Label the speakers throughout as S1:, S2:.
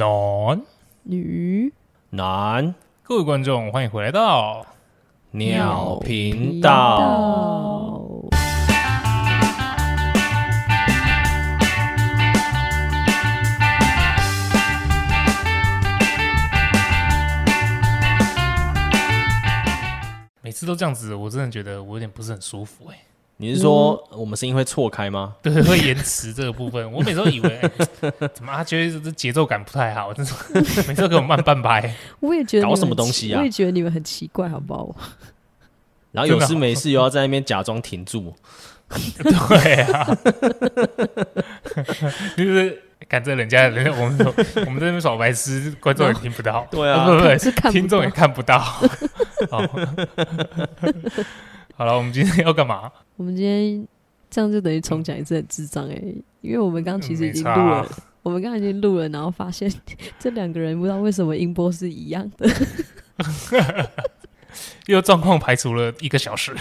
S1: non，
S2: 女
S3: 男
S1: 各位观众，欢迎回来到
S3: 鸟频道，
S1: 每次都这样子，我真的觉得我有点不是很舒服哎、
S3: 你是说我们是因为错开吗？
S1: 对，会延迟这个部分，我每次都以为、哎 怎么阿杰这节奏感不太好，真是每次都给我慢半拍。
S2: 我也觉得你们
S3: 搞什么
S2: 很
S3: 东
S2: 奇
S3: 西啊
S2: 我也觉得你们很奇怪，好不好？
S3: 然后有事没事又要在那边假装停住，
S1: 对啊， 就是赶着人家，人家我们我们在那边耍白痴，观众也听不到，哦
S3: 对
S1: 不不不，
S2: 是看不
S1: 听众也
S2: 到
S1: 看不到。好， 好了，我们今天要干嘛？
S2: 我们今天这样就等于重讲一次很智障哎、因为我们刚刚其实已
S1: 嗯
S2: 经
S1: 没
S2: 录
S1: 差
S2: 了，
S1: 啊
S2: 我们刚刚已经录了，然后发现 这两个人不知道为什么音波是一样的，
S1: 又状况排除了一个小时，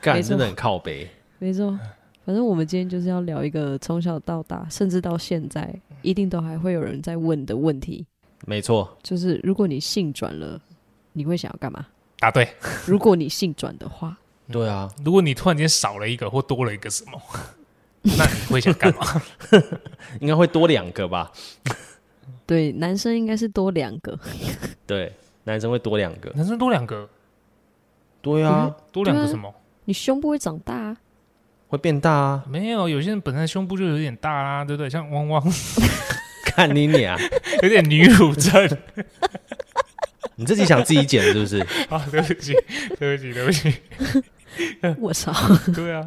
S3: 干
S2: 没错
S3: 真的很靠北。
S2: 没错。反正我们今天就是要聊一个从小到大，甚至到现在，一定都还会有人在问的问题，
S3: 没错，
S2: 就是如果你性转了，你会想要干嘛？
S1: 答对。
S2: 如果你性转的话，
S3: 对啊，
S1: 如果你突然间少了一个或多了一个什 么，那你会想干 嘛？
S3: 应该会多两个吧？
S2: 对，男生应该是多两个，
S3: 对，男生会多两个。
S1: 男生多两个，
S3: 对啊，
S1: 多两个什么？
S2: 你胸部会长大、啊。
S3: 会变大啊！
S1: 没有，有些人本身胸部就有点大啦，对不对？像汪汪
S3: 看你俩，
S1: 有点女乳症
S3: 你自己想自己剪是不是？
S1: 啊，对不起，对不起，对不起，
S2: 我操，
S1: 对啊，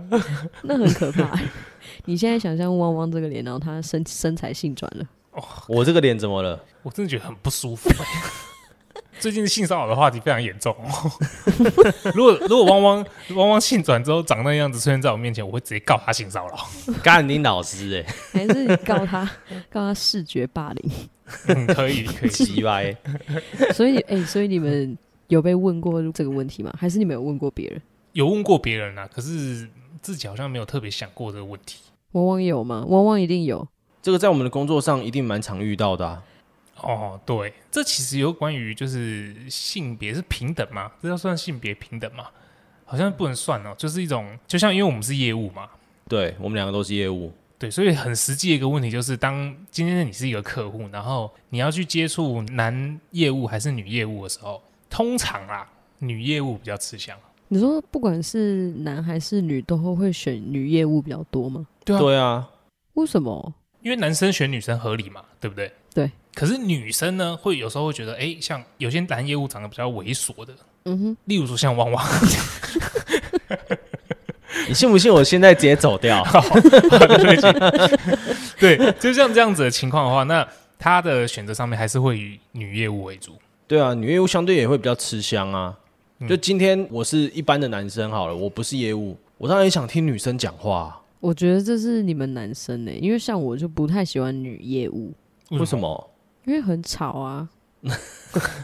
S2: 那很可怕。你现在想象汪汪这个脸，然后他身身材性转了，
S3: 我这个脸怎么了？
S1: 我真的觉得很不舒 服、欸。最近性骚扰的话题非常严重、哦。 如果如果汪汪汪汪性转之后长那样子出现在我面前，我会直接告他性骚扰。
S3: 干你老师哎、
S2: 还是你告他告他视觉霸凌？
S1: 嗯，可以可以
S3: 欸，，奇歪！
S2: 所以，哎、所以你们有被问过这个问题吗？还是你们有问过别人？
S1: 有问过别人啊，可是自己好像没有特别想过这个问题。
S2: 汪汪有吗？汪汪一定有。
S3: 这个在我们的工作上一定蛮常遇到的、啊。
S1: 哦，对，这其实有关于就是性别是平等吗？这要算性别平等吗？好像不能算哦，就是一种，就像因为我们是业务嘛，
S3: 对我们两个都是业务，
S1: 对，所以很实际的一个问题就是，当今天你是一个客户，然后你要去接触男业务还是女业务的时候，通常啦，女业务比较吃香。
S2: 你说不管是男还是女，都会选女业务比较多吗？
S1: 对啊
S3: 对啊，
S2: 为什么？
S1: 因为男生选女生合理嘛，对不对？
S2: 对。
S1: 可是女生呢，会有时候会觉得，哎，像有些男业务长得比较猥琐的，
S2: 嗯哼，
S1: 例如说像汪汪，
S3: 你信不信我现在直接走掉？
S1: 对不起，对，就像这样子的情况的话，那他的选择上面还是会以女业务为主。
S3: 对啊，女业务相对也会比较吃香啊。
S1: 嗯
S3: 就今天我是一般的男生好了，我不是业务，我当然也想听女生讲话啊、
S2: 我觉得这是你们男生呢、因为像我就不太喜欢女业务，
S1: 为
S3: 为什么？
S2: 因为很吵啊。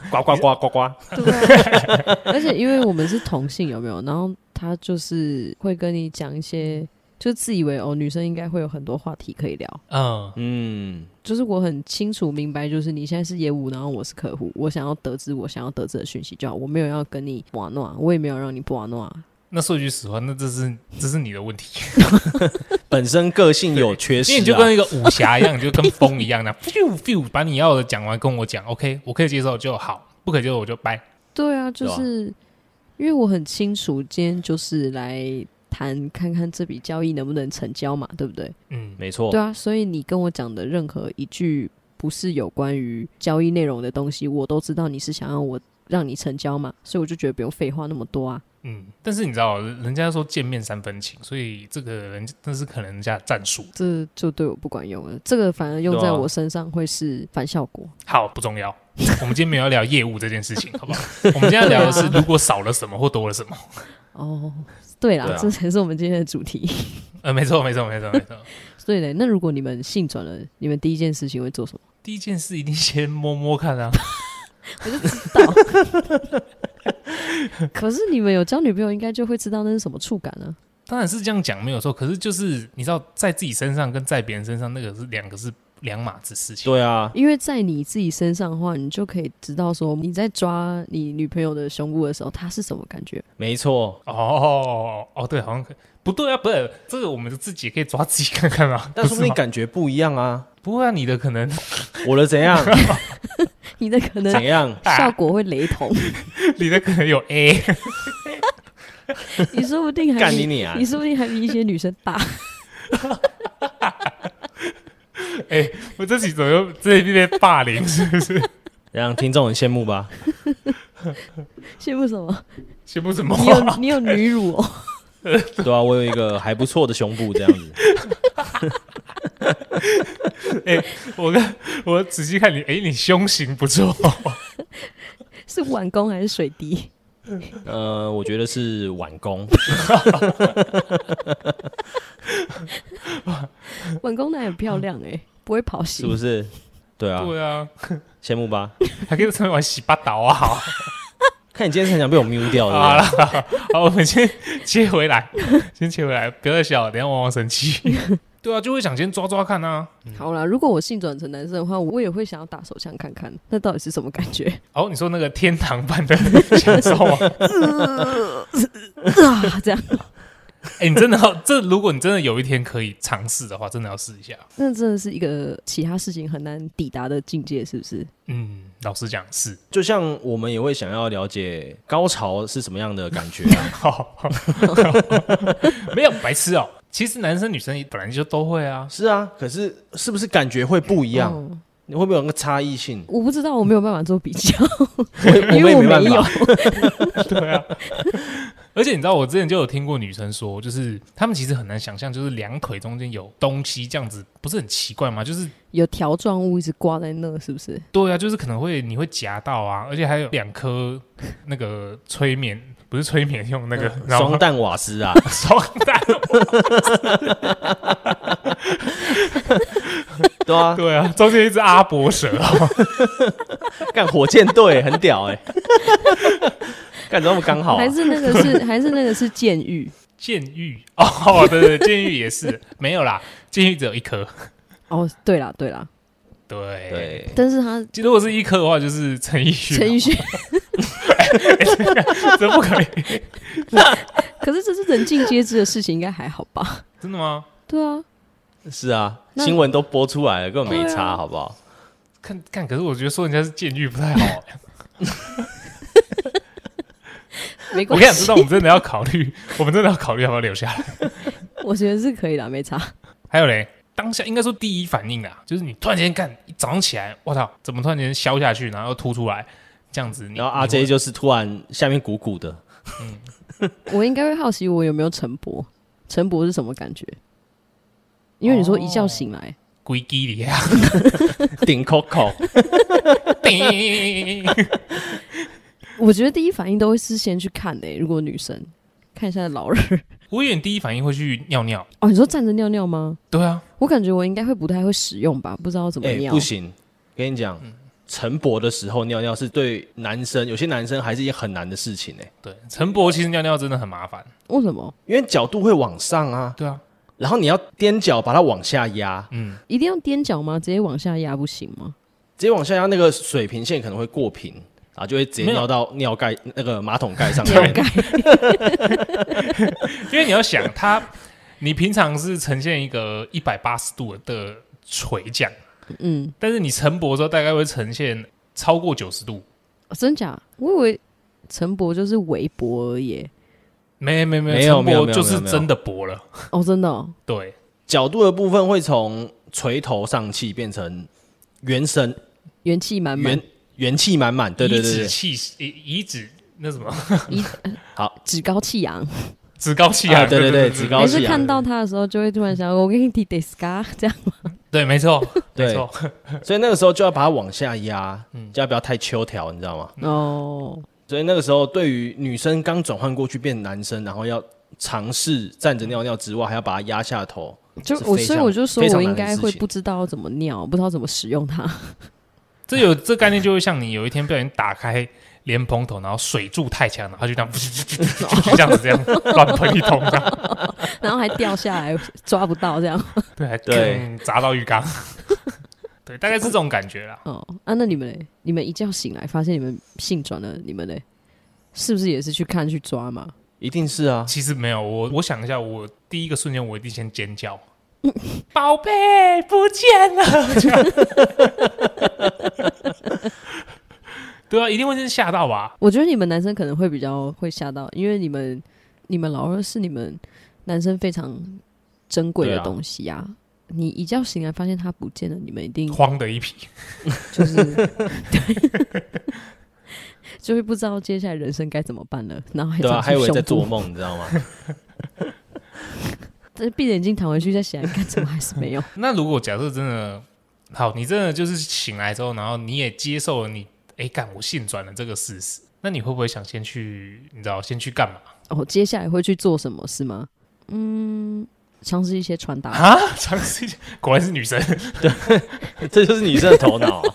S3: 呱呱呱呱呱！
S2: 对啊、而且因为我们是同性，有没有？然后他就是会跟你讲一些，就自以为哦，女生应该会有很多话题可以聊。
S1: 嗯，
S3: 嗯，
S2: 就是我很清楚明白，就是你现在是业务，然后我是客户，我想要得知我想要得知的讯息就好，我没有要跟你玩弄，啊我也没有让你不玩弄。啊
S1: 那说句实话，那这是这是你的问 题，
S3: 本身个性有缺失、
S1: 因
S3: 啊，
S1: 为你就跟一个武侠一样，你就跟风一样的，biu biu，把你要的讲完跟我讲，OK，我可以接受就好，不可以接受我就掰。
S2: 对啊，就
S3: 对啊
S2: 是、因为我很清楚，今天就是来谈看看这笔交易能不能成交嘛，对不对？
S1: 嗯，
S3: 没错
S2: 对，啊，所以你跟我讲的任何一句不是有关于交易内容的东西，我都知道你是想要我让你成交嘛，所以我就觉得不用废话那么多啊。
S1: 嗯，但是你知道，人家说见面三分情，所以这个人那是可能人家的战术，
S2: 这就对我不管用了，这个反而用
S3: 对啊
S2: 在我身上会是反效果。
S1: 好不重要。我们今天没有要聊业务这件事情，好不好？我们今天要聊的是如果少了什么或多了什么。
S2: 哦，对啦，
S3: 对啊
S2: 这才是我们今天的主题。
S1: 呃，没错，没错，没错，没错。
S2: 所以呢，那如果你们性转了，你们第一件事情会做什么？
S1: 第一件事一定先摸摸看啊，
S2: 我就知道。 可是你们有交女朋友，应该就会知道那是什么触感啊。
S1: 当然是这样讲没有错，可是就是你知道，在自己身上跟在别人身上那个是两个是两码子事情。
S3: 对啊，
S2: 因为在你自己身上的话，你就可以知道说你在抓你女朋友的胸部的时候，她是什么感觉。
S3: 没错。
S1: 哦哦，对，好像可不对啊，不是这个，我们自己也可以抓自己看看嘛。
S3: 但
S1: 不
S3: 说
S1: 是
S3: 不定
S1: 吗？
S3: 感觉不一样啊，
S1: 不会啊，你的可能
S3: 我的怎样
S2: 你的可能
S3: 怎样？
S2: 效果会雷 同，
S1: 你的可能有 A，
S2: 你说不定还
S3: 干
S2: 比
S3: 你你啊
S2: 你说不定还比一些女生大。
S1: 哎我这集怎么又这边被霸凌？是不是？
S3: 让听众很羡慕吧？
S2: 羡慕什 么？
S1: 羡慕什么？
S2: 你有你有女乳哦，
S3: 对啊，我有一个还不错的胸部，这 样子。
S1: 我看我仔细看你，哎、你胸型不 错，
S3: 啊
S2: 是碗公还是水滴？
S3: 呃，我觉得是晚工，
S2: 碗公奶很漂亮哎、不会跑
S3: 是
S2: 形。
S3: 不是？对啊，
S1: 对啊，
S3: 羡慕吧？
S1: 还可以成为玩洗八刀啊！好，
S3: 看你今天是很想被我 mute 掉的，
S1: 好了， 好，我们先切回来， 先切回来，不要再笑了，等一下汪汪生 气。对啊，就会想先抓抓看啊。
S2: 好啦，如果我性转成男生的话，我也会想要打手枪看看，那到底是什么感 觉？
S1: 哦，你说那个天堂般 的享受啊？
S2: 啊，这样，
S1: 哎、你真的要这，如果你真的有一天可以尝试的话，真的要试一下。
S2: 那真的是一个其他事情很难抵达的境界，是不是？
S1: 嗯，老实讲是。
S3: 就像我们也会想要了解高潮是什么样的感觉 啊。
S1: 好，没有白痴哦。其实男生女生本来就都会啊。
S3: 是啊，可是是不是感觉会不
S2: 一
S3: 一样？
S2: 嗯，？
S3: 你会不会有那个差异性
S2: 我不知道，我没有办法做比较，
S3: 我 我
S2: 因
S3: 们
S2: 为
S3: 也
S2: 我
S3: 没办
S2: 没有
S3: 法。。
S1: 对啊。而且你知道，我之前就有听过女生说，就是她们其实很难想象，就是两腿中间有东西这样子，不是很奇怪吗？就是
S2: 有条状物一直挂在那，是不是？
S1: 对啊，就是可能会你会夹到啊，而且还有两颗那个催眠，不是催眠用那个，然后
S3: 双嗯蛋瓦斯啊，
S1: 双蛋，
S3: 对啊，
S1: 对啊，中间一只阿伯蛇 哦，
S3: 干火箭队很屌 哎、欸，干怎么那么刚好、啊
S2: 还？是那个是 还是那个是监狱？
S1: 监狱哦，对对对，监狱也是没有啦，监狱只有一颗，
S2: 哦，对啦对啦，
S1: 对。
S3: 对，
S2: 但是他
S1: 其实如果是一颗的话，就是陈奕迅，啊
S2: 陈奕迅，
S1: 这不可以，
S2: 可是这是人尽皆知的事情，应该还好吧？
S1: 真的吗？
S2: 对啊，
S3: 是啊，
S2: 那
S3: 新闻都播出来了，根本没
S2: 对啊
S3: 差，好不好？
S1: 看看，可是我觉得说人家是监狱不太好。欸
S2: 没
S1: 我
S2: 关
S1: 跟你讲，
S2: 系
S1: 知道我，们真的要考虑，我们真的要考虑要不要留下来。
S2: 我觉得是可以的，没差。
S1: 还有嘞，当下应该说第一反应啦，就是你突然间干，一早上起来，我操，怎么突然间消下去，然后又凸出来，这样子你，
S3: 然后阿
S1: 你
S3: J
S1: 会
S3: 就是突然下面鼓 鼓的，
S2: 我应该会好奇我有没有晨勃，晨勃是什么感觉？因为你说一觉醒来，
S3: 哦
S1: 鬼机里啊，
S3: 顶 Coco，
S1: 叮
S2: 我觉得第一反应都会是先去看的、欸如果女生看一下老人，
S1: 我以为你第一反应会去尿尿，
S2: 哦，你说站着尿尿吗？
S1: 对啊，
S2: 我感觉我应该会不太会使用吧，不知道怎么
S3: 哎、
S2: 尿。
S3: 不行，跟你讲。
S1: 嗯
S3: 晨勃的时候尿尿是对男生，有些男生还是一件很难的事情哎、
S1: 对，陈博其实尿尿真的很麻烦，
S2: 为什么？
S3: 因为角度会往上啊，
S1: 对啊，
S3: 然后你要踮脚把它往下压，
S1: 嗯，
S2: 一定要踮脚吗？直接往下压不行 吗？
S3: 直接往下压，那个水平线可能会过平，然后就会直接
S1: 没有
S3: 尿到尿盖那个马桶盖上
S2: 尿
S3: 面。
S2: 盖
S1: 因为你要想它，你平常是呈现一个一百八十度的垂降，
S2: 嗯，
S1: 但是你陈博之后大概会呈现超过九十度，
S2: 哦真假？我以为晨勃就是围脖而已。
S1: 没没
S3: 没
S1: 没
S3: 有
S1: 陈
S3: 没有
S1: 博
S3: 没有
S1: 就是
S3: 没有没有
S1: 真的薄了，
S2: 哦，真的、哦，
S1: 对，
S3: 角度的部分会从垂头丧气变成元神
S2: 元气满满
S3: 元，元气满满。对对
S1: 以
S3: 对
S1: 指
S3: 对，
S1: 气以以指那什么。
S2: 趾高气扬。
S1: 趾高气扬、
S3: 啊对对对 趾高
S2: 每
S3: 气
S2: 次
S3: 扬
S2: 看到他的时候，就会突然想，我给你提 d i s c a 这样。
S1: 对，没错，
S3: 对
S1: 没错，
S3: 所以那个时候就要把它往下压，就要不要太秋条，你知道吗？
S2: 哦，
S3: 所以那个时候对于女生刚转换过去变男生，然后要尝试站着尿尿之外，还要把它压下头。
S2: 就是我，
S3: 非
S2: 所以
S3: 常
S2: 我就说
S3: 非常
S2: 我应
S3: 难的
S2: 该
S3: 事
S2: 会
S3: 情
S2: 不知道怎么尿， 不知道怎么使用它。
S1: 这有这概念就会像你有一天不小心打开莲蓬头，然后水柱太强，然后就这样 这样子这样乱喷一通，这样
S2: 然后还掉下来，抓不到这样。
S1: 对，还
S3: 对
S1: 更砸到浴缸。 对，大概是这种感觉啦。
S2: 哦，啊，那你们嘞？你们一觉醒来发现你们性转了，你们嘞？是不是也是去看去抓嘛？
S3: 一定是啊，
S1: 其实没有，我我想一下，我第一个瞬间我一定先尖叫， 宝贝不见了， 这样对啊，一定会先吓到吧？
S2: 我觉得你们男生可能会比较会吓到，因为你们你们老二是你们男生非常珍贵的
S3: 对啊
S2: 东西呀、你一觉醒来发现他不见了，你们一定
S1: 慌的一批，
S2: 就是 对就是不知道接下来人生该怎么办了，然后还
S3: 对啊，
S2: 长出
S3: 还以为在
S2: 胸部
S3: 做，梦，你知道吗？
S2: 但是闭着眼睛躺回去再醒来看，怎么还是 没有？
S1: 那如果假设真的好，你真的就是醒来之后，然后你也接受了你哎，干、我性转了这个事实，那你会不会想先去，你知道先去干嘛
S2: 哦，接下来会去做什么是吗？嗯，尝试一些穿搭，
S1: 啊？尝试一下，果然是女生，
S3: 这就是女生的头脑啊、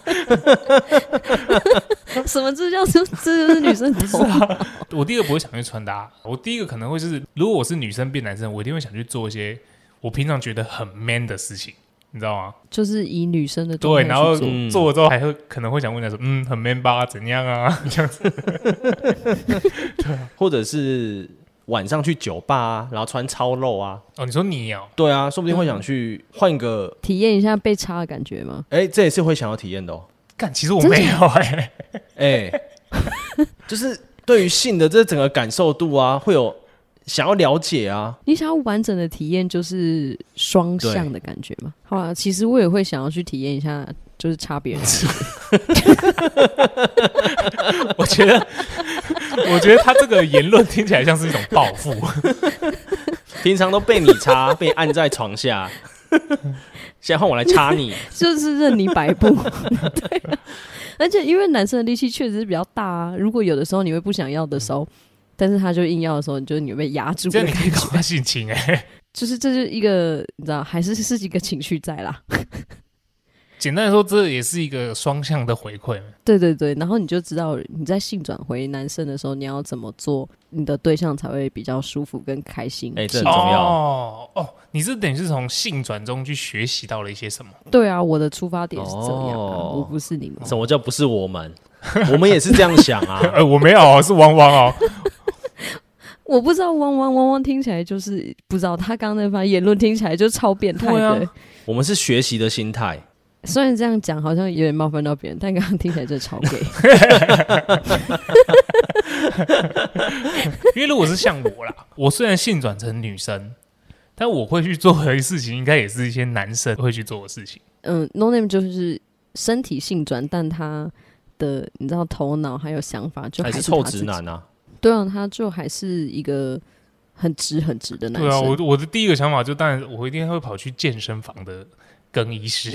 S2: 什么这叫这这就是女生头
S3: 啊
S1: 我第一个不会想去穿搭，我第一个可能会就是，如果我是女生变男生，我一定会想去做一些我平常觉得很 man 的事情，你知道吗？
S2: 就是以女生的状
S1: 对，
S2: 态
S1: 然后
S2: 去做
S3: 嗯
S1: 做了之后还会可能会想问他说，嗯，很 man 吧？怎样啊？ 这样子，
S3: 或者是晚上去酒吧啊，然后穿超露啊，
S1: 哦，你说你哦，
S3: 对啊，说不定会想去换个，
S2: 体验一下被插的感觉吗？
S3: 哎、这也是会想要体验的哦，
S1: 干，其实我
S2: 真的
S1: 没有哎、
S3: 哎、 就是对于性的这整个感受度啊，会有想要了解啊，
S2: 你想要完整的体验就是双向的感觉嘛？好啦，其实我也会想要去体验一下，就是插别人的
S1: 我觉得，我觉得他这个言论听起来像是一种报 复。
S3: 平常都被你 插，被按在床下，现在换我来插你，
S2: 就是任你摆 布。对、啊，而且因为男生的力气确实是比较大啊，如果有的时候你会不想要的时候，但是他就硬要的时候，你就你会被压住
S1: 嗯这
S2: 的
S1: 样你
S2: 感
S1: 可以搞
S2: 觉，
S1: 他性侵哎、
S2: 就是这就是一个你知道，还是是一个情绪在啦。
S1: 简单来说，这也是一个双向的回馈。
S2: 对对对，然后你就知道你在性转回男生的时候，你要怎么做，你的对象才会比较舒服跟开心。
S3: 哎这
S2: 是
S3: 很重要
S1: 哦哦，你是等于是从性转中去学习到了一些什么？
S2: 对啊，我的出发点是这样、啊，
S3: 哦
S2: 我不是你们。
S3: 什么叫不是我们？我们也是这样想啊，
S1: 呃，我没有哦，是汪汪哦。
S2: 我不知道汪汪汪汪听起来就是不知道他刚刚那番言论听起来就超变态
S1: 对
S2: 的、
S1: 啊
S3: 我们是学习的心态，
S2: 虽然这样讲好像有点冒犯到别人，但刚刚听起来就超 gay。
S1: 因为如果是像我啦，我虽然性转成女生，但我会去做的事情，应该也是一些男生会去做的事情。
S2: 嗯，No Name 就是身体性转，但他的你知道头脑还有想法就
S3: 还
S2: 是
S3: 是
S2: 他
S3: 臭
S2: 自
S3: 直
S2: 己。
S3: 男啊？
S2: 对啊，他就还是一个很直很直的男
S1: 对
S2: 生。
S1: 啊，我我的第一个想法就，当然我一定会跑去健身房的更衣室。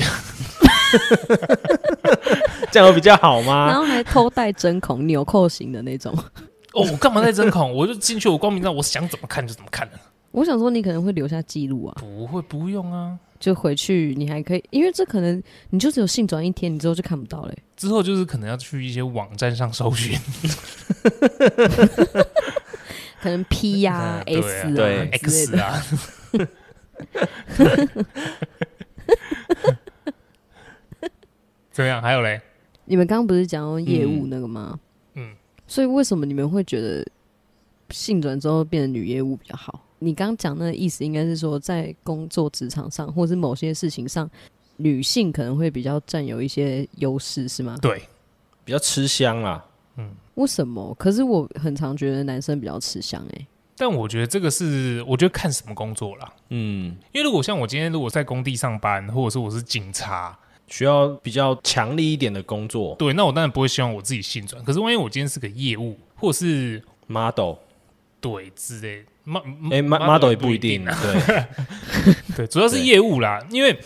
S3: 这样有比较好吗
S2: 然？后还偷戴针孔、纽扣型的那种。
S1: 哦，我干嘛在针孔？我就进去，我光明正大，我想怎么看就怎么看了。
S2: 我想说，你可能会留下记录啊，
S1: 不会，不用啊。
S2: 就回去你还可以，因为这可能你就只有性转一天，你之后就看不到嘞、
S1: 之后就是可能要去一些网站上搜寻
S2: 可能 P 呀、啊、
S1: 对啊
S2: S 啊
S3: 对
S2: 之
S1: X
S2: 类的。
S1: 啊。 怎么样？还有嘞？
S2: 你们刚刚不是讲到业务那个吗？
S1: 嗯嗯
S2: 所以为什么你们会觉得性转之后变成女业务比较好？你刚刚讲那个意思应该是说，在工作职场上，或是某些事情上，女性可能会比较占有一些优势，是吗？
S1: 对，
S3: 比较吃香啊，
S2: 为什么？可是我很常觉得男生比较吃香哎、
S1: 但我觉得这个是，我觉得看什么工作啦。
S3: 嗯，
S1: 因为如果像我今天如果在工地上班，或者是我是警察，
S3: 需要比较强力一点的工作
S1: 对，那我当然不会希望我自己性转。可是万一我今天是个业务，或者是
S3: model，
S1: 对之类，妈
S3: 哎、m o d e l 也不一定，对，
S1: 对，主要是
S3: 对
S1: 业务啦，因为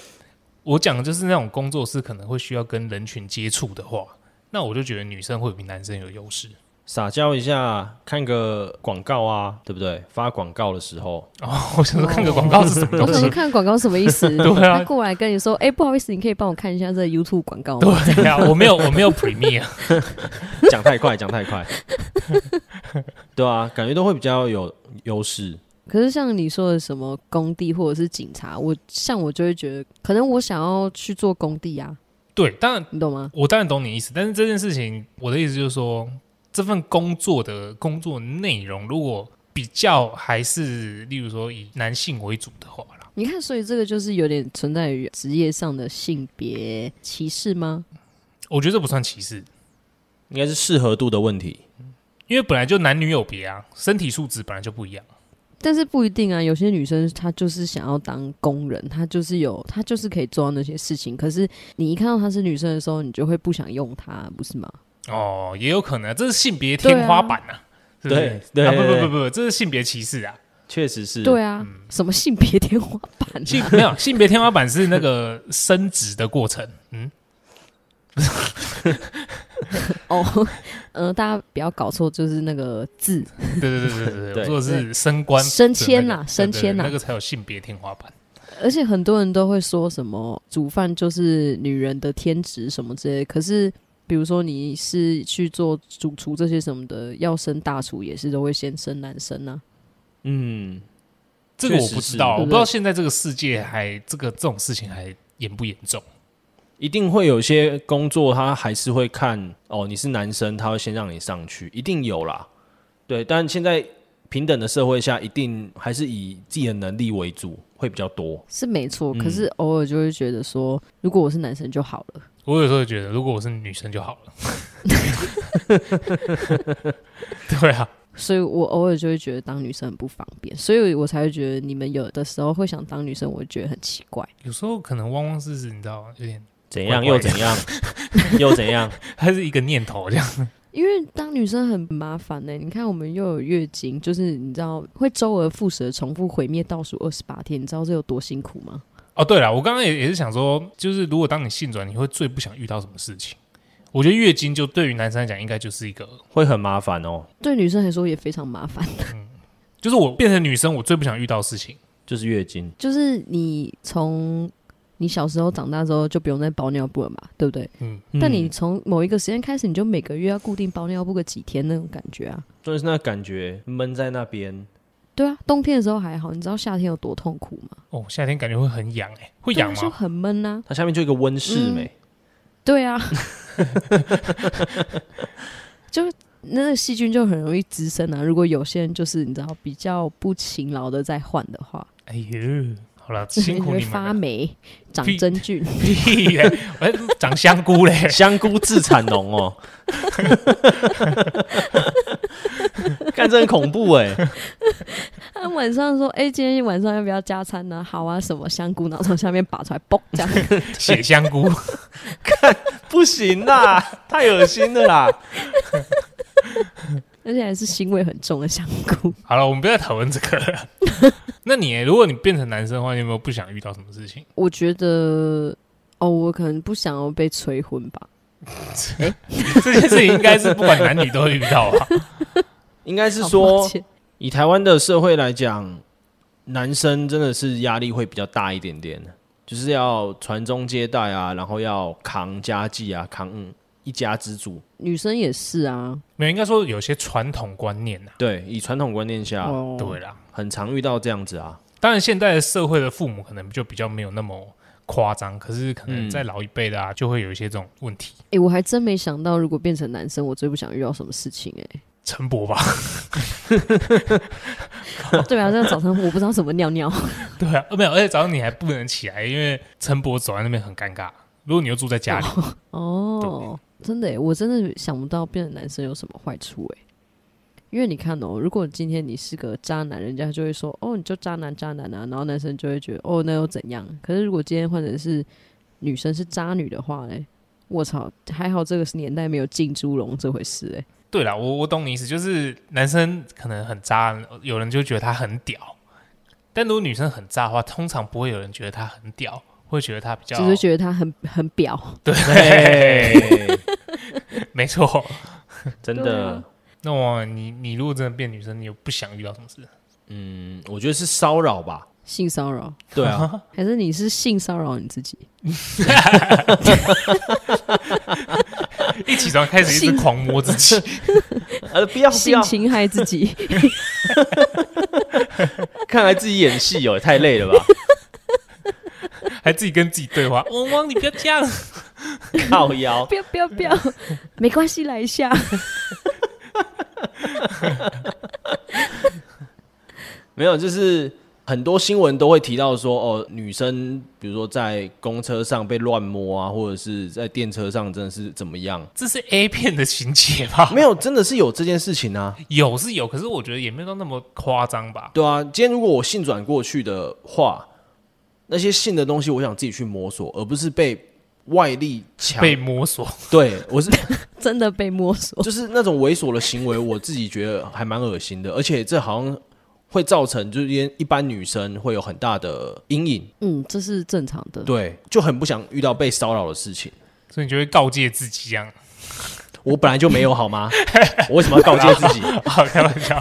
S1: 我讲的就是那种工作是可能会需要跟人群接触的话，那我就觉得女生会比男生有优势。
S3: 撒娇一下，看个广告啊，对不对？发广告的时 候，
S1: 哦，我想说看个广告是什么
S2: 我
S1: 东
S2: 想说
S1: 西？
S2: 看广告什么意思？
S1: 对啊
S2: 他过来跟你说，哎、不好意思，你可以帮我看一下这 YouTube 广告吗？
S1: 对呀、我没有，我没有 Premiere，
S3: 讲太快，讲太快，对啊，感觉都会比较有优势。
S2: 可是像你说的什么工地或者是警察，我像我就会觉得，可能我想要去做工地啊，
S1: 对，当然
S2: 你懂吗？
S1: 我当然懂你意思，但是这件事情，我的意思就是说，这份工作的工作内容，如果比较还是例如说以男性为主的话啦，
S2: 你看，所以这个就是有点存在于职业上的性别歧视吗？
S1: 我觉得这不算歧视，
S3: 应该是适合度的问题。
S1: 因为本来就男女有别啊，身体素质本来就不一样。
S2: 但是不一定啊，有些女生她就是想要当工人，她就是有，她就是可以做到那些事情。可是你一看到她是女生的时候，你就会不想用她，不是吗？
S1: 哦，也有可能，这是性别天花板啊，是不是？
S3: 对对
S1: 啊，不
S3: 对
S1: 不不不，这是性别歧视啊，
S3: 确实是，
S2: 对啊，什么性别天花板、
S1: 嗯性
S2: 啊？
S1: 没有性别天花板是那个升职的过程，嗯，
S2: 哦， 呃，大家不要搞错，就是那个字
S1: 对对对对对，
S3: 对
S1: 我说的是升官的那个
S2: 升迁呐
S1: 对对对
S2: 升迁呐啊
S1: 那个才有性别天花板。
S2: 而且很多人都会说什么煮饭就是女人的天职什么之类的，可是比如说你是去做主厨这些什么的，要升大厨也是都会先升男生啊。
S3: 嗯，
S1: 这个我
S3: 确实
S1: 不知
S3: 是
S1: 道，我不
S2: 对不
S1: 知
S2: 对
S1: 道现在这个世界还这个这种事情还严不严重？
S3: 一定会有些工作，他还是会看哦，你是男生，他会先让你上去，一定有啦。对，但现在平等的社会下，一定还是以自己的能力为主，会比较多。
S2: 是没错，
S3: 嗯
S2: 可是偶尔就会觉得说，如果我是男生就好了。
S1: 我有时候觉得，如果我是女生就好了。 对啊，
S2: 所以我偶尔就会觉得当女生很不方便，所以我才会觉得你们有的时候会想当女生，我会觉得很奇怪。
S1: 有时候可能汪汪是是，你知道，有点
S3: 怎
S1: 怪
S3: 样
S1: 怪
S3: 又
S1: 的
S3: 怎样又怎样？
S1: 它是一个念头这样。
S2: 因为当女生很麻烦呢、你看我们又有月经，就是你知道会周而复始的重复毁灭倒数二十八天，你知道这有多辛苦吗？
S1: 哦，对了，我刚刚也也是想说，就是如果当你性转，你会最不想遇到什么事情？我觉得月经就对于男生来讲，应该就是一个，
S3: 会很麻烦哦，
S2: 对女生来说也非常麻烦，
S1: 就是我变成女生，我最不想遇到的事情。
S3: 就是月经。
S2: 就是你从你小时候长大之后就不用再包尿布了嘛，对不对？
S1: 嗯，
S2: 但你
S3: 嗯
S2: 从某一个时间开始，你就每个月要固定包尿布个几天那种感觉啊。
S3: 就是那感觉闷在那边，
S2: 对啊，冬天的时候还好，你知道夏天有多痛苦吗？
S1: 哦，夏天感觉会很痒哎、会
S2: 对
S1: 痒
S2: 啊，就
S1: 吗？
S2: 很闷呐、
S3: 它下面就一个温
S2: 嗯
S3: 室没、
S2: 对啊， 就那个细菌就很容易滋生啊。如果有些人就是你知道比较不勤劳的在换的话，
S1: 哎呦，好了，辛苦
S2: 会
S1: 你们
S2: 发
S1: 了。
S2: 霉、长
S1: 屁
S2: 真菌。
S1: 屁嘞，哎，长香菇嘞。
S3: 香菇自产农 哦， 干这很恐怖哎、
S2: 他晚上说：“哎、今天晚上要不要加餐呢、好啊，什么香菇，然后从下面拔出来，嘣，这样。
S1: 血香菇，
S3: 不行啦，太恶心了啦。
S2: 而且还是腥味很重的香菇。
S1: 好了，我们不要再讨论这个了。 那你欸如果你变成男生的话，你有没有不想遇到什么事情？
S2: 我觉得，哦，我可能不想要被催婚吧。
S1: 这件事情应该是不管男女都会遇到吧？
S3: 应该是
S2: 好抱
S3: 说，
S2: 歉
S3: 以台湾的社会来讲，男生真的是压力会比较大一点点，就是要传宗接代啊，然后要扛家计啊，扛、嗯一家之主。
S2: 女生也是啊。
S1: 没有，应该说有些传统观念呐、
S3: 对，以传统观念下，
S1: 啊
S2: 哦，
S1: 对啦，
S3: 很常遇到这样子啊。
S1: 当然现在的社会的父母可能就比较没有那么夸张，可是可
S2: 嗯
S1: 能在老一辈的啊，就会有一些这种问题。
S2: 哎、我还真没想到，如果变成男生，我最不想遇到什么事情、欸。
S1: 陈伯 吧，
S2: 哎， 对啊，那早上我不知道怎么尿尿。
S1: 对啊，呃没有，而且早上你还不能起来，因为陈伯走在那边很尴尬。如果你又住在家里，
S2: 哦，真的耶，我真的想不到变成男生有什么坏处哎。因为你看哦，如果今天你是个渣男，人家就会说哦，你就渣男渣男啊，然后男生就会觉得哦，那又怎样？可是如果今天换成是女生是渣女的话嘞，我操，还好这个年代没有进猪笼这回事哎。
S1: 对啦，我我懂你意思，就是男生可能很渣，有人就觉得他很屌，但如果女生很渣的话，通常不会有人觉得他很屌，会觉得他比较
S2: 只是觉得他很很婊，
S3: 对，
S1: 没错。
S3: 真
S2: 对
S3: 的
S2: 啊。
S1: 那我你你如果真的变女生，你又不想遇到什么事？
S3: 嗯，我觉得是骚扰吧。
S2: 性骚扰，
S3: 对 啊，
S2: 还是你是性骚扰你自己？
S1: 一起床开始一直
S2: 性
S1: 狂摸自己，
S3: 呃，不要不
S2: 性
S3: 要，
S2: 侵害自己？
S3: 看来自己演戏哦，也 太累了吧？
S1: 还自己跟自己对话。汪汪，你不要这样。
S3: 靠腰
S2: 不要不要不 要，没关系，来一下。
S3: 没有，就是很多新闻都会提到说，哦，女生比如说在公车上被乱摸啊，或者是在电车上真的是怎么样？
S1: 这是 A 片的情节吧？
S3: 没有，真的是有这件事情啊。
S1: 有是有，可是我觉得也没有到那么夸张吧。
S3: 对啊，今天如果我性转过去的话，那些性的东西，我想自己去摸索，而不是被外力强。
S1: 被摸索，
S3: 对我是。
S2: 真的被摸索
S3: 就是那种猥琐的行为，我自己觉得还蛮恶心的，而且这好像会造成就是一一般女生会有很大的阴影，
S2: 嗯，这是正常的。
S3: 对，就很不想遇到被骚扰的事情。
S1: 所以你就会告诫自己这样。
S3: 我本来就没有好吗？我为什么要告诫自己？
S1: 好，开玩 笑。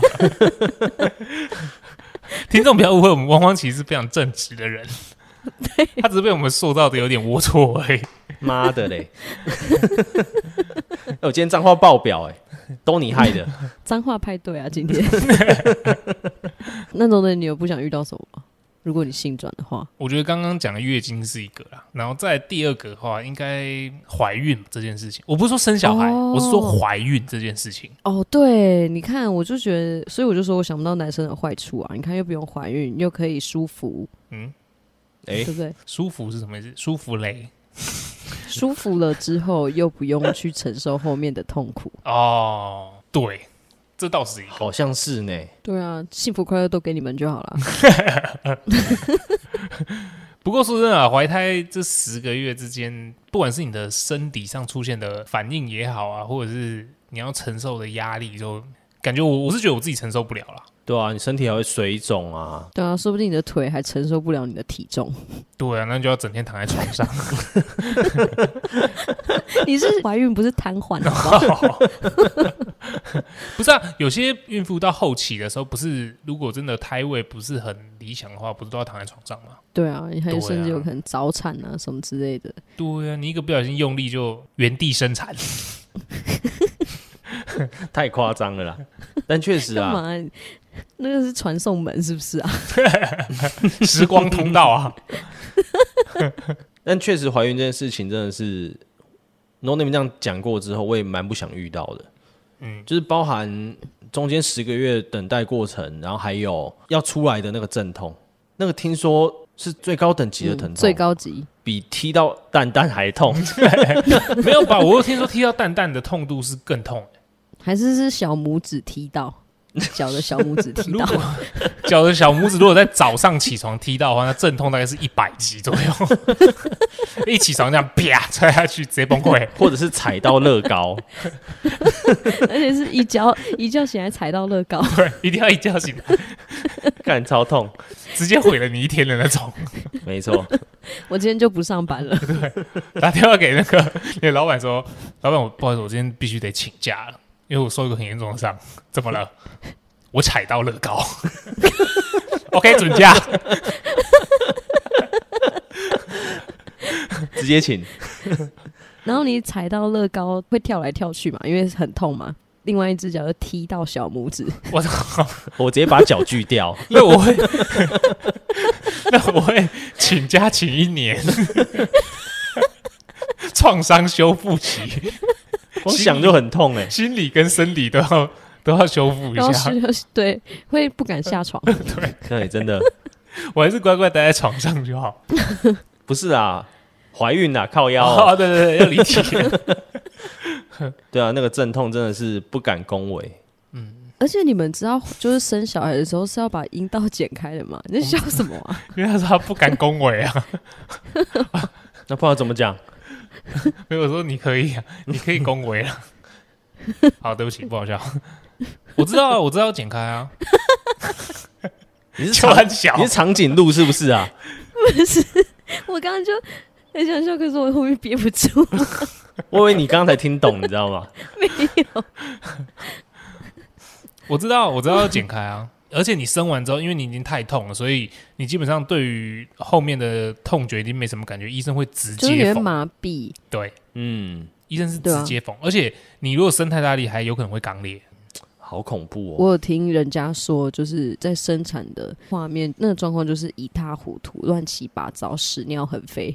S1: 听众不要误会，我们汪汪其实是非常正直的人，他只是被我们塑造的有点龌龊而已。
S3: 妈的嘞！ 哎我今天脏话爆表哎、都你害的。
S2: 脏话派 对啊，今天。那种的你有不想遇到什么吗？如果你性转的话，
S1: 我觉得刚刚讲的月经是一个啦，然后在第二个的话，应该怀孕这件事情。我不是说生小孩，
S2: 哦
S1: 我是说怀孕这件事情。
S2: 哦，对，你看，我就觉得，所以我就说我想不到男生的坏处啊。你看，又不用怀孕，又可以舒服，
S1: 嗯，
S3: 哎、
S2: 对不对？
S1: 舒服是什么意思？舒服嘞？
S2: 舒服了之后，又不用去承受后面的痛苦。
S1: 哦，对，这倒是一个。
S3: 好像是呢。
S2: 对啊，幸福快乐都给你们就 好了。
S1: 不过说真的啊，怀胎这十个月之间，不管是你的身体上出现的反应也好啊，或者是你要承受的压力，就感觉我我是觉得我自己承受不了啦。
S3: 对啊，你身体还会水肿啊，
S2: 对啊，说不定你的腿还承受不了你的体重。
S1: 对啊，那就要整天躺在床上。
S2: 你是怀孕不是瘫痪啊好不好？
S1: 不是啊，有些孕妇到后期的时候，不是如果真的胎位不是很理想的话，不是都要躺在床上吗？
S2: 对啊，你还
S1: 对啊
S2: 甚至有可能早产啊什么之类的。
S1: 对啊，你一个不小心用力就原地生产，
S3: 太夸张了啦。但确实
S2: 干
S3: 啊，
S2: 嘛？那个是传送门是不是啊？
S1: 时光通道啊，
S3: 但确实怀孕这件事情真的是，然后你们这样讲过之后，我也蛮不想遇到的。嗯，就是包含中间十个月等待过程，然后还有要出来的那个阵痛，那个听说是最高等级的疼痛，
S2: 嗯最高级，
S3: 比踢到蛋蛋还痛。
S1: 没有吧？我又听说踢到蛋蛋的痛度是更痛、
S2: 还是是小拇指踢 到脚的小拇指踢
S1: 如
S2: 到？
S1: 果 脚的小拇指如果在早上起床踢到的话，那阵痛大概是一百级左右。 一起床这样啪踹下去，直接崩 溃。
S3: 或者是踩到乐高，
S2: 而且是一脚一觉醒来踩到乐高，
S1: 对，一定要一觉醒来，
S3: 干超痛，
S1: 直接毁了你一天的那种。
S3: 没错，
S2: 我今天就不上班了。
S1: 打电话给那个你的老板说：“老板，我不好意思，我今天必须得请假了，因为我受一个很严重的伤。怎么了？我踩到乐高。OK，准假。
S3: 直接请。
S2: 然后你踩到乐高会跳来跳去嘛，因为很痛嘛。另外一只脚就踢到小拇 指，
S1: 我操！
S3: 我直接把脚锯掉，
S1: 那我会，那我会请假请一年， 创伤修复期，
S3: 光想就很痛哎、
S1: 心理跟生理都要都要修复一
S2: 然后
S1: 下。
S2: 是对，会不敢 下床。
S3: 对，真的
S1: 我还是乖乖待在床上就好。
S3: 不是啊，怀孕啊，靠腰、啊，
S1: 哦，对对对，要离题。
S3: 对啊，那个阵痛真的是不敢恭维。
S2: 而且你们知道，就是生小孩的时候是要把阴道剪开的嘛？你在笑什么 啊？
S1: 因为他说他不敢恭维啊，
S3: 那不知道怎么讲，
S1: 没有说你可以啊，你可以恭维啊。好，对不起，不好笑。我知道啊，我知道要剪开啊，
S3: 你
S1: 就
S3: 是长
S1: 很小
S3: 你是长颈鹿是不是啊？
S2: 我刚刚就很想笑，可是我后面憋不住。
S3: 我以为你刚才听懂，你知道吗？
S1: 我知道，我知道要剪开啊。 而且你生完之后，因为你已经太痛了，所以你基本上对于后面的痛觉已经没什么感觉，医生会直
S2: 就是你
S1: 接
S2: 会
S1: 缝。
S2: 麻痹，
S1: 对，
S3: 嗯，
S1: 医生是
S2: 对啊
S1: 直接缝，而且你如果生太大力，还有可能会肛裂。
S3: 好恐怖哦。
S2: 我有听人家说，就是在生产的画面，
S3: 嗯
S2: 那个状况就是一塌糊涂、乱七八糟、屎尿横飞。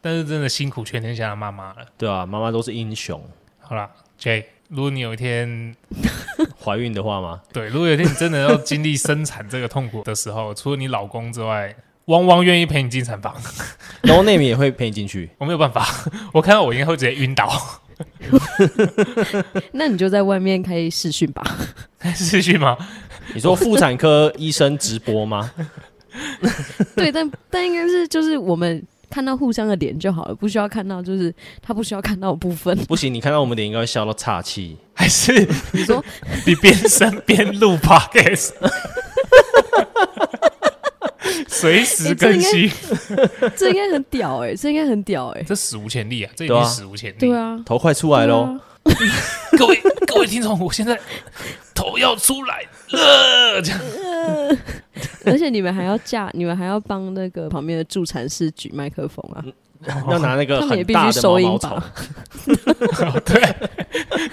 S1: 但是真的辛苦全天下的妈妈了。
S3: 对啊，妈妈都是英雄。
S1: 好啦 j 如果你有一天
S3: 怀孕的话吗？
S1: 对，如果有一天你真的要经历生产这个痛苦的时候，除了你老公之外，汪汪愿意陪你进产房，
S3: 然后 name 也会陪你进去。
S1: 我没有办法， 我看到我应该会直接晕倒。
S2: 那你就在外面开视讯吧。
S1: 是去吗？
S3: 你说妇产科医生直播吗？
S2: 对，但但应该是就是我们看到互相的脸就好了，不需要看到就是他不需要看到的部 分。
S3: 不行，你看到我们脸应该会笑到岔气。
S1: 还是
S2: 你说
S1: 你边生边录 podcast，随
S2: 哎
S1: 时更新，
S2: 这应该很屌哎、这应该很屌哎、
S1: 这史无前例啊！这已
S3: 对啊
S1: 经史无前例。
S2: 对啊，
S3: 头快出来喽！
S2: 对啊
S1: 各位各位听众，我现在头要出来了，这样
S2: 而且你们还要架，你们还要帮那个旁边的助产士举麦克风啊，
S3: 要拿嗯那个
S2: 他们
S3: 很
S2: 也必
S3: 大
S2: 须
S3: 的
S2: 收
S3: 毛
S2: 音
S3: 毛虫，
S2: 吧？
S1: 哦对，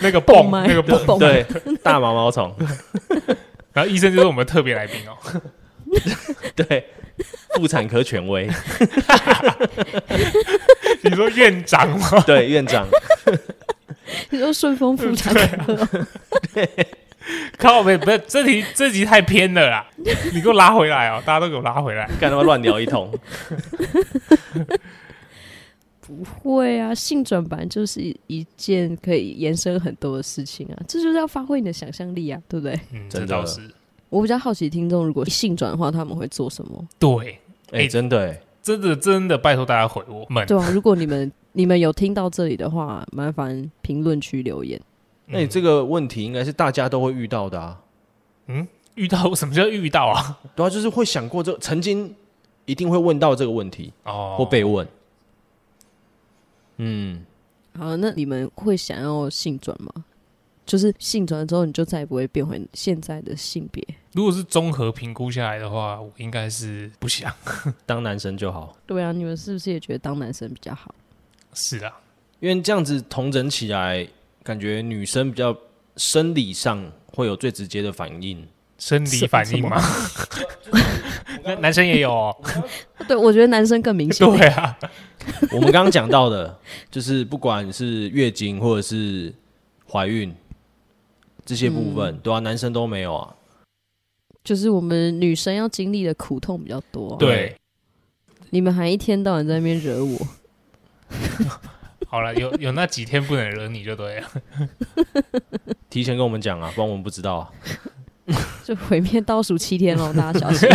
S1: 那个
S2: 蹦
S1: 蹦
S2: 麦
S1: 那个蹦，
S2: 蹦
S3: 对， 大毛毛 虫，
S1: 然后医生就是我们的特别来宾哦。
S3: 对，妇产科权 威，
S1: 你说院长吗？
S3: 对，院长，
S2: 你说顺丰妇产科，
S1: 靠北，不是这题这题太偏了啦！你给我拉回来哦，大家都给我拉回来。
S3: 干他妈乱聊一通，
S2: 不会啊，性转本来就是一一件可以延伸很多的事情啊，这就是要发挥你的想象力啊，对不对？
S1: 嗯，这
S3: 真的
S1: 倒是
S2: 我比较好奇，听众如果性转的话，他们会做什么？
S1: 对，
S3: 哎、
S1: 哎
S3: 真的、欸，
S1: 真的真的拜托大家回我们。
S2: 对啊，如果你们你们有听到这里的话，麻烦评论区留言。
S3: 那、你这个问题应该是大家都会遇到的啊，
S1: 遇到什么叫遇到啊？
S3: 对啊，就是会想过这曾经一定会问到这个问题
S1: 哦
S3: 或被问，嗯，
S2: 好，那你们会想要性转吗？就是性转了之后，你就再也不会变回现在的性别。
S1: 如果是综合评估下来的话，我应该是不 想。
S3: 当男生就好，
S2: 对啊，你们是不是也觉得当男生比较好？
S1: 是啊，
S3: 因为这样子同整起来，感觉女生比较生理上会有最直接的反应，
S1: 生理反应嘛。
S3: 啊
S1: 那 男生也有、哦，
S2: 对，我觉得男生更明显。
S1: 对啊，
S3: 我们刚刚讲到的，就是不管是月经或者是怀孕这些部分，
S2: 嗯
S3: 对啊，男生都没有啊。
S2: 就是我们女生要经历的苦痛比较多、啊
S1: 对，
S2: 你们还一天到晚在那边惹我，
S1: 好了，有有那几天不能惹你就对了。
S3: 提前跟我们讲啊，不然我们不知道、 啊。
S2: 就毁灭倒数七天喽，大家小心。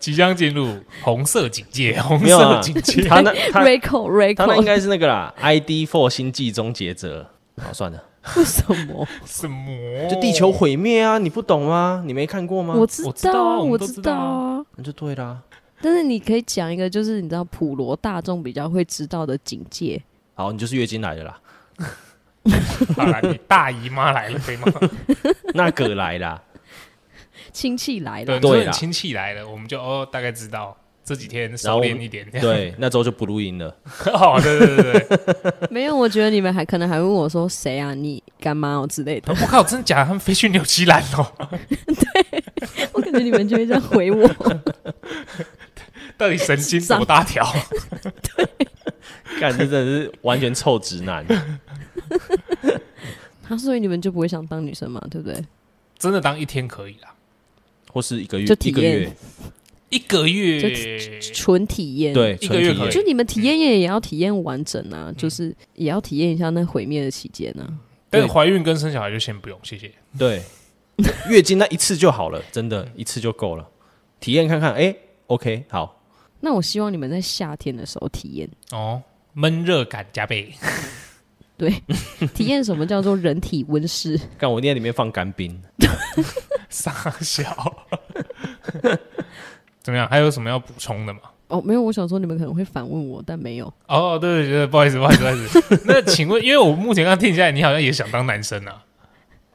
S1: 即将进入红色警戒，红
S3: 没有
S1: 色
S3: 啊
S1: 警戒。
S3: 他那他
S2: r i c o r i c
S3: 他那应
S2: o
S3: 该是那个啦，ID Four 星际终结者。好，算了，
S2: 为什么？
S1: 什么？
S3: 就地球毁灭啊，你不懂吗？你没看过吗？
S2: 我知
S1: 我知
S2: 道
S1: 道
S2: 啊，
S1: 啊我们
S2: 我
S1: 都
S2: 知
S1: 知道
S2: 道
S1: 啊
S2: 啊。
S3: 那就对啦。
S2: 但是你可以讲一个，就是你知道普罗大众比较会知道的警戒，
S3: 好，你就是月经来的啦，
S1: 好了，你大姨妈来了可以吗？
S3: 那个来 啦，
S2: 亲戚来
S1: 对，
S2: 了，
S1: 就是
S3: 对
S1: 你
S3: 啦
S1: 亲戚来了，我们就哦大概知道这几天
S3: 然后
S1: 收
S3: 我
S1: 敛
S3: 们
S1: 一点。
S3: 对，那周就不录音了。
S1: 哦，对对对对对，
S2: 没有？我觉得你们还可能还问我说谁啊，你干妈哦之 类的，
S1: 我靠，真的假的？他们飞去纽西兰哦？
S2: 我感觉你们就会这样回我。
S1: 到底神经多大 条？
S3: 干，这真的是完全臭直男。
S2: 他、所以你们就不会想当女生嘛，对不对？
S1: 真的当一天可以啦，
S3: 或是一个月
S2: 就，体
S3: 一个
S2: 验
S3: 月，
S1: 一个
S2: 就
S1: 月
S2: 纯体验，
S3: 对，
S1: 一个月
S3: 纯体
S1: 可以
S3: 验
S2: 就你们体验也也要体验完整啊，就是也要体验一下那毁灭的期间啊。
S1: 但是怀孕跟生小孩就先不用，谢谢。
S3: 对，月经那一次就好了，真的，一次就够了，体验看看。哎、o k 好，
S2: 那我希望你们在夏天的时候体验，
S1: 哦，闷热感加倍，
S2: 对， 体验什么叫做人体温室。
S3: 干我一定在里面放干冰。
S1: 傻笑。 怎么样？还有什么要补充的吗？
S2: 哦，没有，我想说你们可能会反问我，但没有。
S1: 哦，对对对，不好意思，不好意思，不好意 思。那请问，因为我目前刚听下来，你好像也想当男生 啊？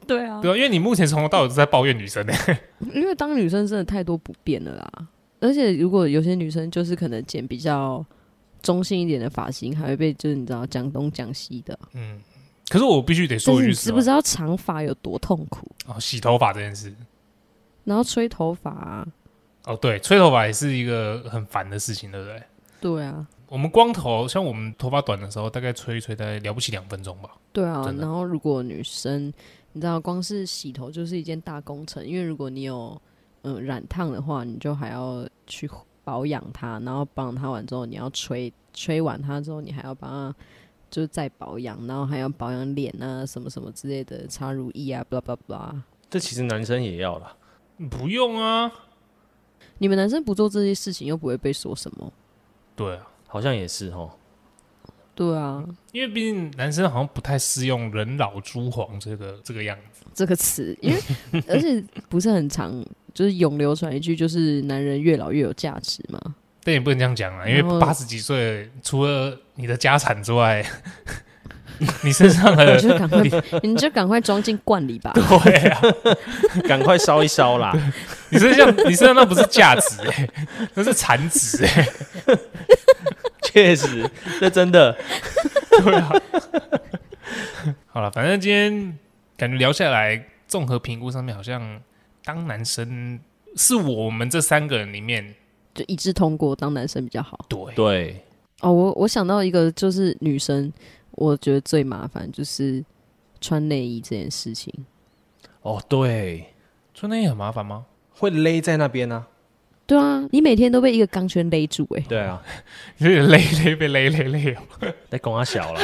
S2: 对啊
S1: 对啊，因为你目前从头到尾都在抱怨女生呢、
S2: 因为当女生真的太多不便了啦，而且如果有些女生就是可能剪比较中性一点的发型，还会被就是你知道讲东讲西的。
S1: 嗯， 可是我必须得
S2: 但
S1: 说一
S2: 是
S1: 句
S2: 你
S1: 实
S2: 知
S1: 话，
S2: 不知道长发有多痛苦？
S1: 哦，洗头发这件事，
S2: 然后吹头发啊、
S1: 哦，对，吹头发也是一个很烦的事情，对不对？
S2: 对啊，
S1: 我们光头，像我们头发短的时候，大概吹一吹，大概了不起两分钟吧。
S2: 对啊，
S1: 真的
S2: 然后如果女生，你知道，光是洗头就是一件大工程，因为如果你有嗯、呃染烫的话，你就还要去保养它，然后保养它完之后，你要吹吹完它之后，你还要把它就是再保养，然后还要保养脸啊什么什么之类的，擦乳液啊，blah blah blah。
S3: 这其实男生也要啦。
S1: 不用啊，
S2: 你们男生不做这些事情，又不会被说什么。
S1: 对啊，
S3: 好像也是哦。
S2: 对啊，
S1: 因为毕竟男生好像不太适用“人老珠黄”这个这个样子。
S2: 这个词，因为而且不是很常，就是永流传一句，就是男人越老越有价值嘛。
S1: 但也不能这样讲啊，因为
S2: 然后
S1: 八十几岁，除了你的家产之外，你身上的
S2: 你就赶快，你就赶快装进罐里吧。
S1: 对啊，
S3: 赶快烧一 烧啦！
S1: 你身上你身上那不是价值哎、那是残值哎、
S3: 确实，这真的
S1: 对啊。好了，反正今天感觉聊下来，综合评估上面好像当男生是我们这三个人里面，
S2: 就一致通过，当男生比较好。
S1: 对
S3: 对
S2: 哦，我我想到一个，就是女生，我觉得最麻烦就是穿内衣这件事情。
S3: 哦，对，
S1: 穿内衣很麻烦吗？
S3: 会勒在那边啊。
S2: 对啊，你每天都被一个钢圈勒住、欸，
S3: 对啊，
S1: 有点累累被累累累哦，
S3: 在拱他小了，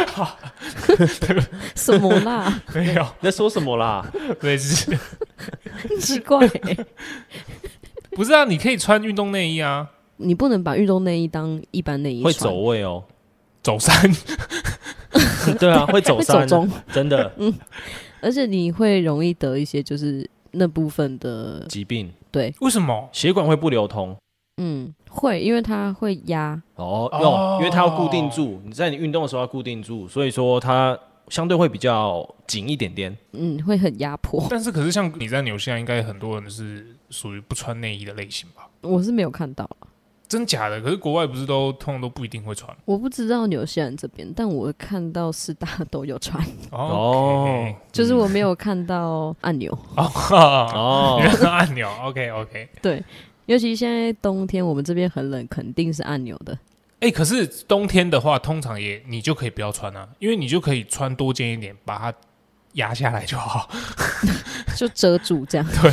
S2: 什么 啦？
S1: 没有，
S3: 你在说什么啦？
S1: 对，是
S2: 很奇怪、欸，
S1: 不是啊？你可以穿运动内衣啊，
S2: 你不能把运动内衣当一般内衣
S3: 会
S2: 穿
S3: 走位哦。
S1: 走山
S3: 对啊，会走
S2: 会走
S3: 山，
S2: 中，
S3: 真的
S2: 而且你会容易得一些就是那部分的
S3: 疾病，
S2: 对，
S1: 为什么？
S3: 血管会不流通。
S2: 嗯，会，因为它会压，
S3: 哦，
S1: 哦
S3: 哟，因为它要固定住，你在你运动的时候要固定住，所以说它相对会比较紧一点点。
S2: 嗯，会很压迫。
S1: 但是可是像你在纽西兰，应该很多人是属于不穿内衣的类型吧？
S2: 我是没有看到。
S1: 真假的？可是国外不是都通常都不一定会穿
S2: 我不知道纽西兰这边，但我看到是大 家都有穿，
S3: 哦
S1: OK
S2: 就是我没有看到按钮。
S1: 哦，
S3: 哦
S1: 原来是按钮 OK OK。
S2: 对，尤其现在冬天，我们这边很冷，肯定是按钮的。
S1: 哎、可是冬天的话，通常也你就可以不要穿啊，因为你就可以穿多件一点，把它压下来就好。
S2: 就遮住这样。对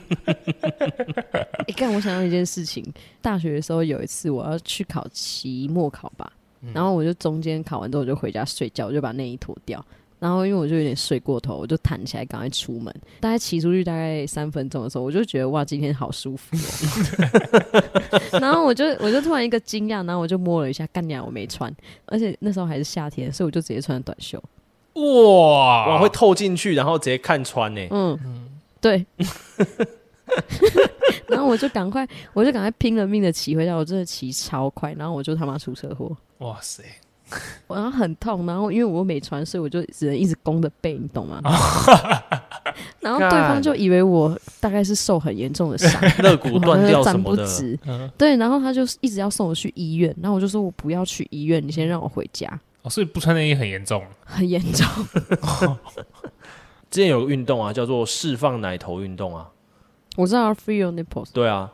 S2: 啊。你看，我想到一件事情，大学的时候有一次我要去考期末考吧，然后我就中间考完之后我就回家睡觉，我就把内衣脱掉。然后因为我就有点睡过头，我就弹起来赶快出门。大概骑出去大概三分钟的时候，我就觉得哇，今天好舒服、哦。然后我就我就突然一个惊讶，然后我就摸了一下，干啊娘我没穿，而且那时候还是夏天，所以我就直接穿短袖。
S1: 哇
S3: 哦哇，会透进去，然后直接看穿欸呢、
S2: 嗯，对。 然后我就赶快，我就赶快拼了命的骑回家，我真的骑超快，然后我就他妈出车祸，
S1: 哇塞，
S2: 然后很痛，然后因为我又没穿，所以我就只能一直弓着背，你懂吗？
S3: 啊
S2: 然后对方就以为我大概是受很严重的 伤，
S3: 肋骨
S2: 我
S3: 断掉什
S2: 站不
S3: 么 的，嗯
S2: 直，对，然后他就一直要送我去医院，然后我就说我不要去医院，你先让我回家，
S1: 哦，所以不穿内衣很严重。
S2: 很严重。
S3: 之前有个运动啊，叫做释放奶头运动啊，
S2: 我知道 free your nipples，
S3: 对啊，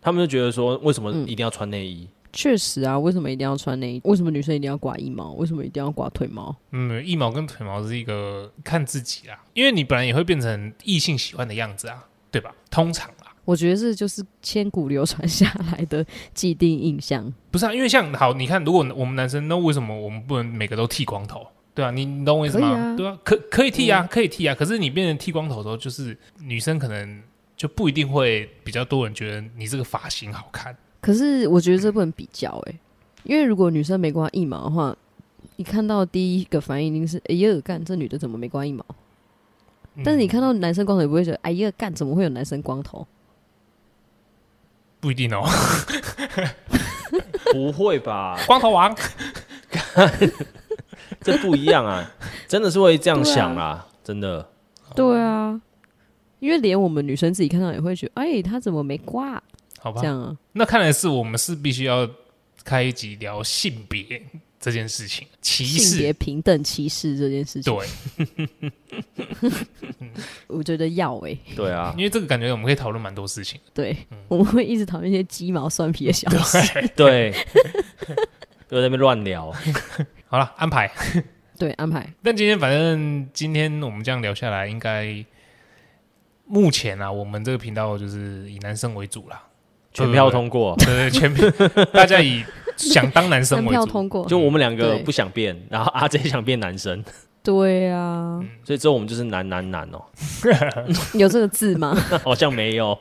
S3: 他们就觉得说，为什么
S2: 嗯
S3: 一定要穿内衣？
S2: 确实啊，为什么一定要穿内衣？为什么女生一定要刮腋毛？为什么一定要刮腿毛？
S1: 嗯，腋毛跟腿毛是一个看自己啦，因为你本来也会变成异性喜欢的样子啊，对吧？通常啦，
S2: 我觉得这就是千古流传下来的既定印象。
S1: 不是啊，因为像好，你看，如果我们男生，那为什么我们不能每个都剃光头？对啊，你你懂我意思吗？
S2: 可以啊嗯
S1: 对啊，可可以剃啊，可以剃啊。可是你变成剃光头之后，就是女生可能就不一定会比较多人觉得你这个发型好看。
S2: 可是我觉得这不能比较诶、因为如果女生没刮腋毛的话，你看到第一个反应一定是哎呀，干这女的怎么没刮腋毛？
S1: 嗯
S2: 但是你看到男生光头，也不会觉得哎呀，干怎么会有男生光头？
S1: 不一定哦，？
S2: 嗯
S3: 不会吧
S1: 光头王，
S3: 这不一样 啊，真的是会这样
S2: 对啊
S3: 想啦，真的。
S2: 对啊，因为连我们女生自己看到也会觉得哎，他怎么没刮、
S1: 好吧
S2: 这。样啊？
S1: 那看来是我们是必须要开一集聊性别这件事情，歧
S2: 性别
S1: 视。
S2: 平等歧视这件事情，
S1: 对，
S2: 我觉得要欸诶、
S3: 对啊
S1: 因，为这个感觉我们可以讨论蛮多事情。
S2: 对，我们会一直讨论一些鸡毛蒜皮的小事。
S3: 对， 又在那边乱聊。
S1: 好了，安排。
S2: 对，安排
S1: 但今天反正今天我们这样聊下来，应该目前啊，我们这个频道就是以男生为主啦，
S3: 全票通过，
S1: 对对，全面大家以想当男生
S2: 三
S1: 为
S2: 票
S1: 主。
S2: 通过。
S3: 就我们两个
S2: 对
S3: 不想变，然后阿 J 想变男生，
S2: 对啊，
S3: 所以之后我们就是男男男哦，
S2: 有这个字 吗？
S3: 那好像没有。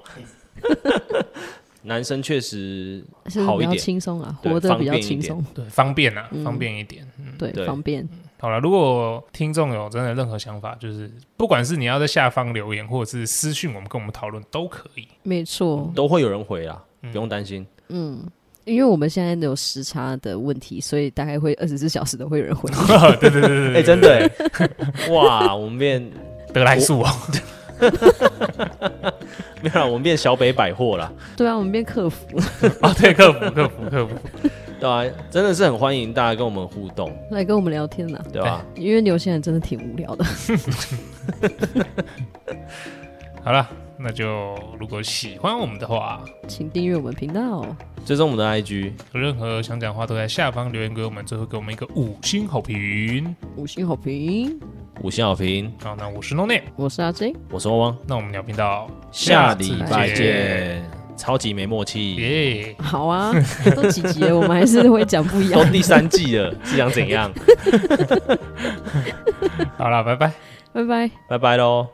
S3: 男生确实
S2: 是
S3: 好
S2: 比
S3: 一
S2: 较
S3: 点
S2: 轻松啊，
S3: 对
S2: 活得比较
S3: 方便一
S2: 轻
S3: 点
S2: 松，
S1: 对，方便啊，
S2: 嗯
S1: 方便一点。
S2: 对
S3: 对，嗯
S2: 方便。
S1: 好了，如果听众有真的任何想法，就是不管是你要在下方留言，或者是私讯我们跟我们讨论都可以。
S2: 没错，
S3: 都会有人回啦，不用担心。
S2: 嗯，因为我们现在有时差的问题，所以大概会二十四小时都会有人 回。
S1: 对对对对
S3: 哎，
S1: 对，
S3: 真 的欸，哇，我们变
S1: 得来速哦。
S3: 没有啦，我们变小北百货啦，
S2: 对啊，我们变客服，
S1: 哦，对，客服客服客服，
S3: 对啊，真的是很欢迎大家跟我们互动，
S2: 来跟我们聊天啦。
S3: 对
S1: 哎
S3: 吧？
S2: 因为有些人真的挺无聊的。
S1: 好了，那就如果喜欢我们的话，
S2: 请订阅我们频道，
S3: 追踪我们的 IG，
S1: 有任何想讲的话都在下方留言给我们，最后给我们一个五星好评。
S2: 五星好评。
S3: 五星好评，
S1: 好，那我是 No Name，
S2: 我是阿 J，
S3: 我是汪汪，
S1: 那我们聊频道，
S3: 下礼拜
S1: 下次
S3: 见
S1: 见，
S3: 超级没默契，
S1: 耶、
S2: 好啊，都几集了，我们还是会讲不一样
S3: 都。第三季了，是想怎样？
S1: 好了，拜拜。
S2: 拜拜。
S3: 拜拜喽。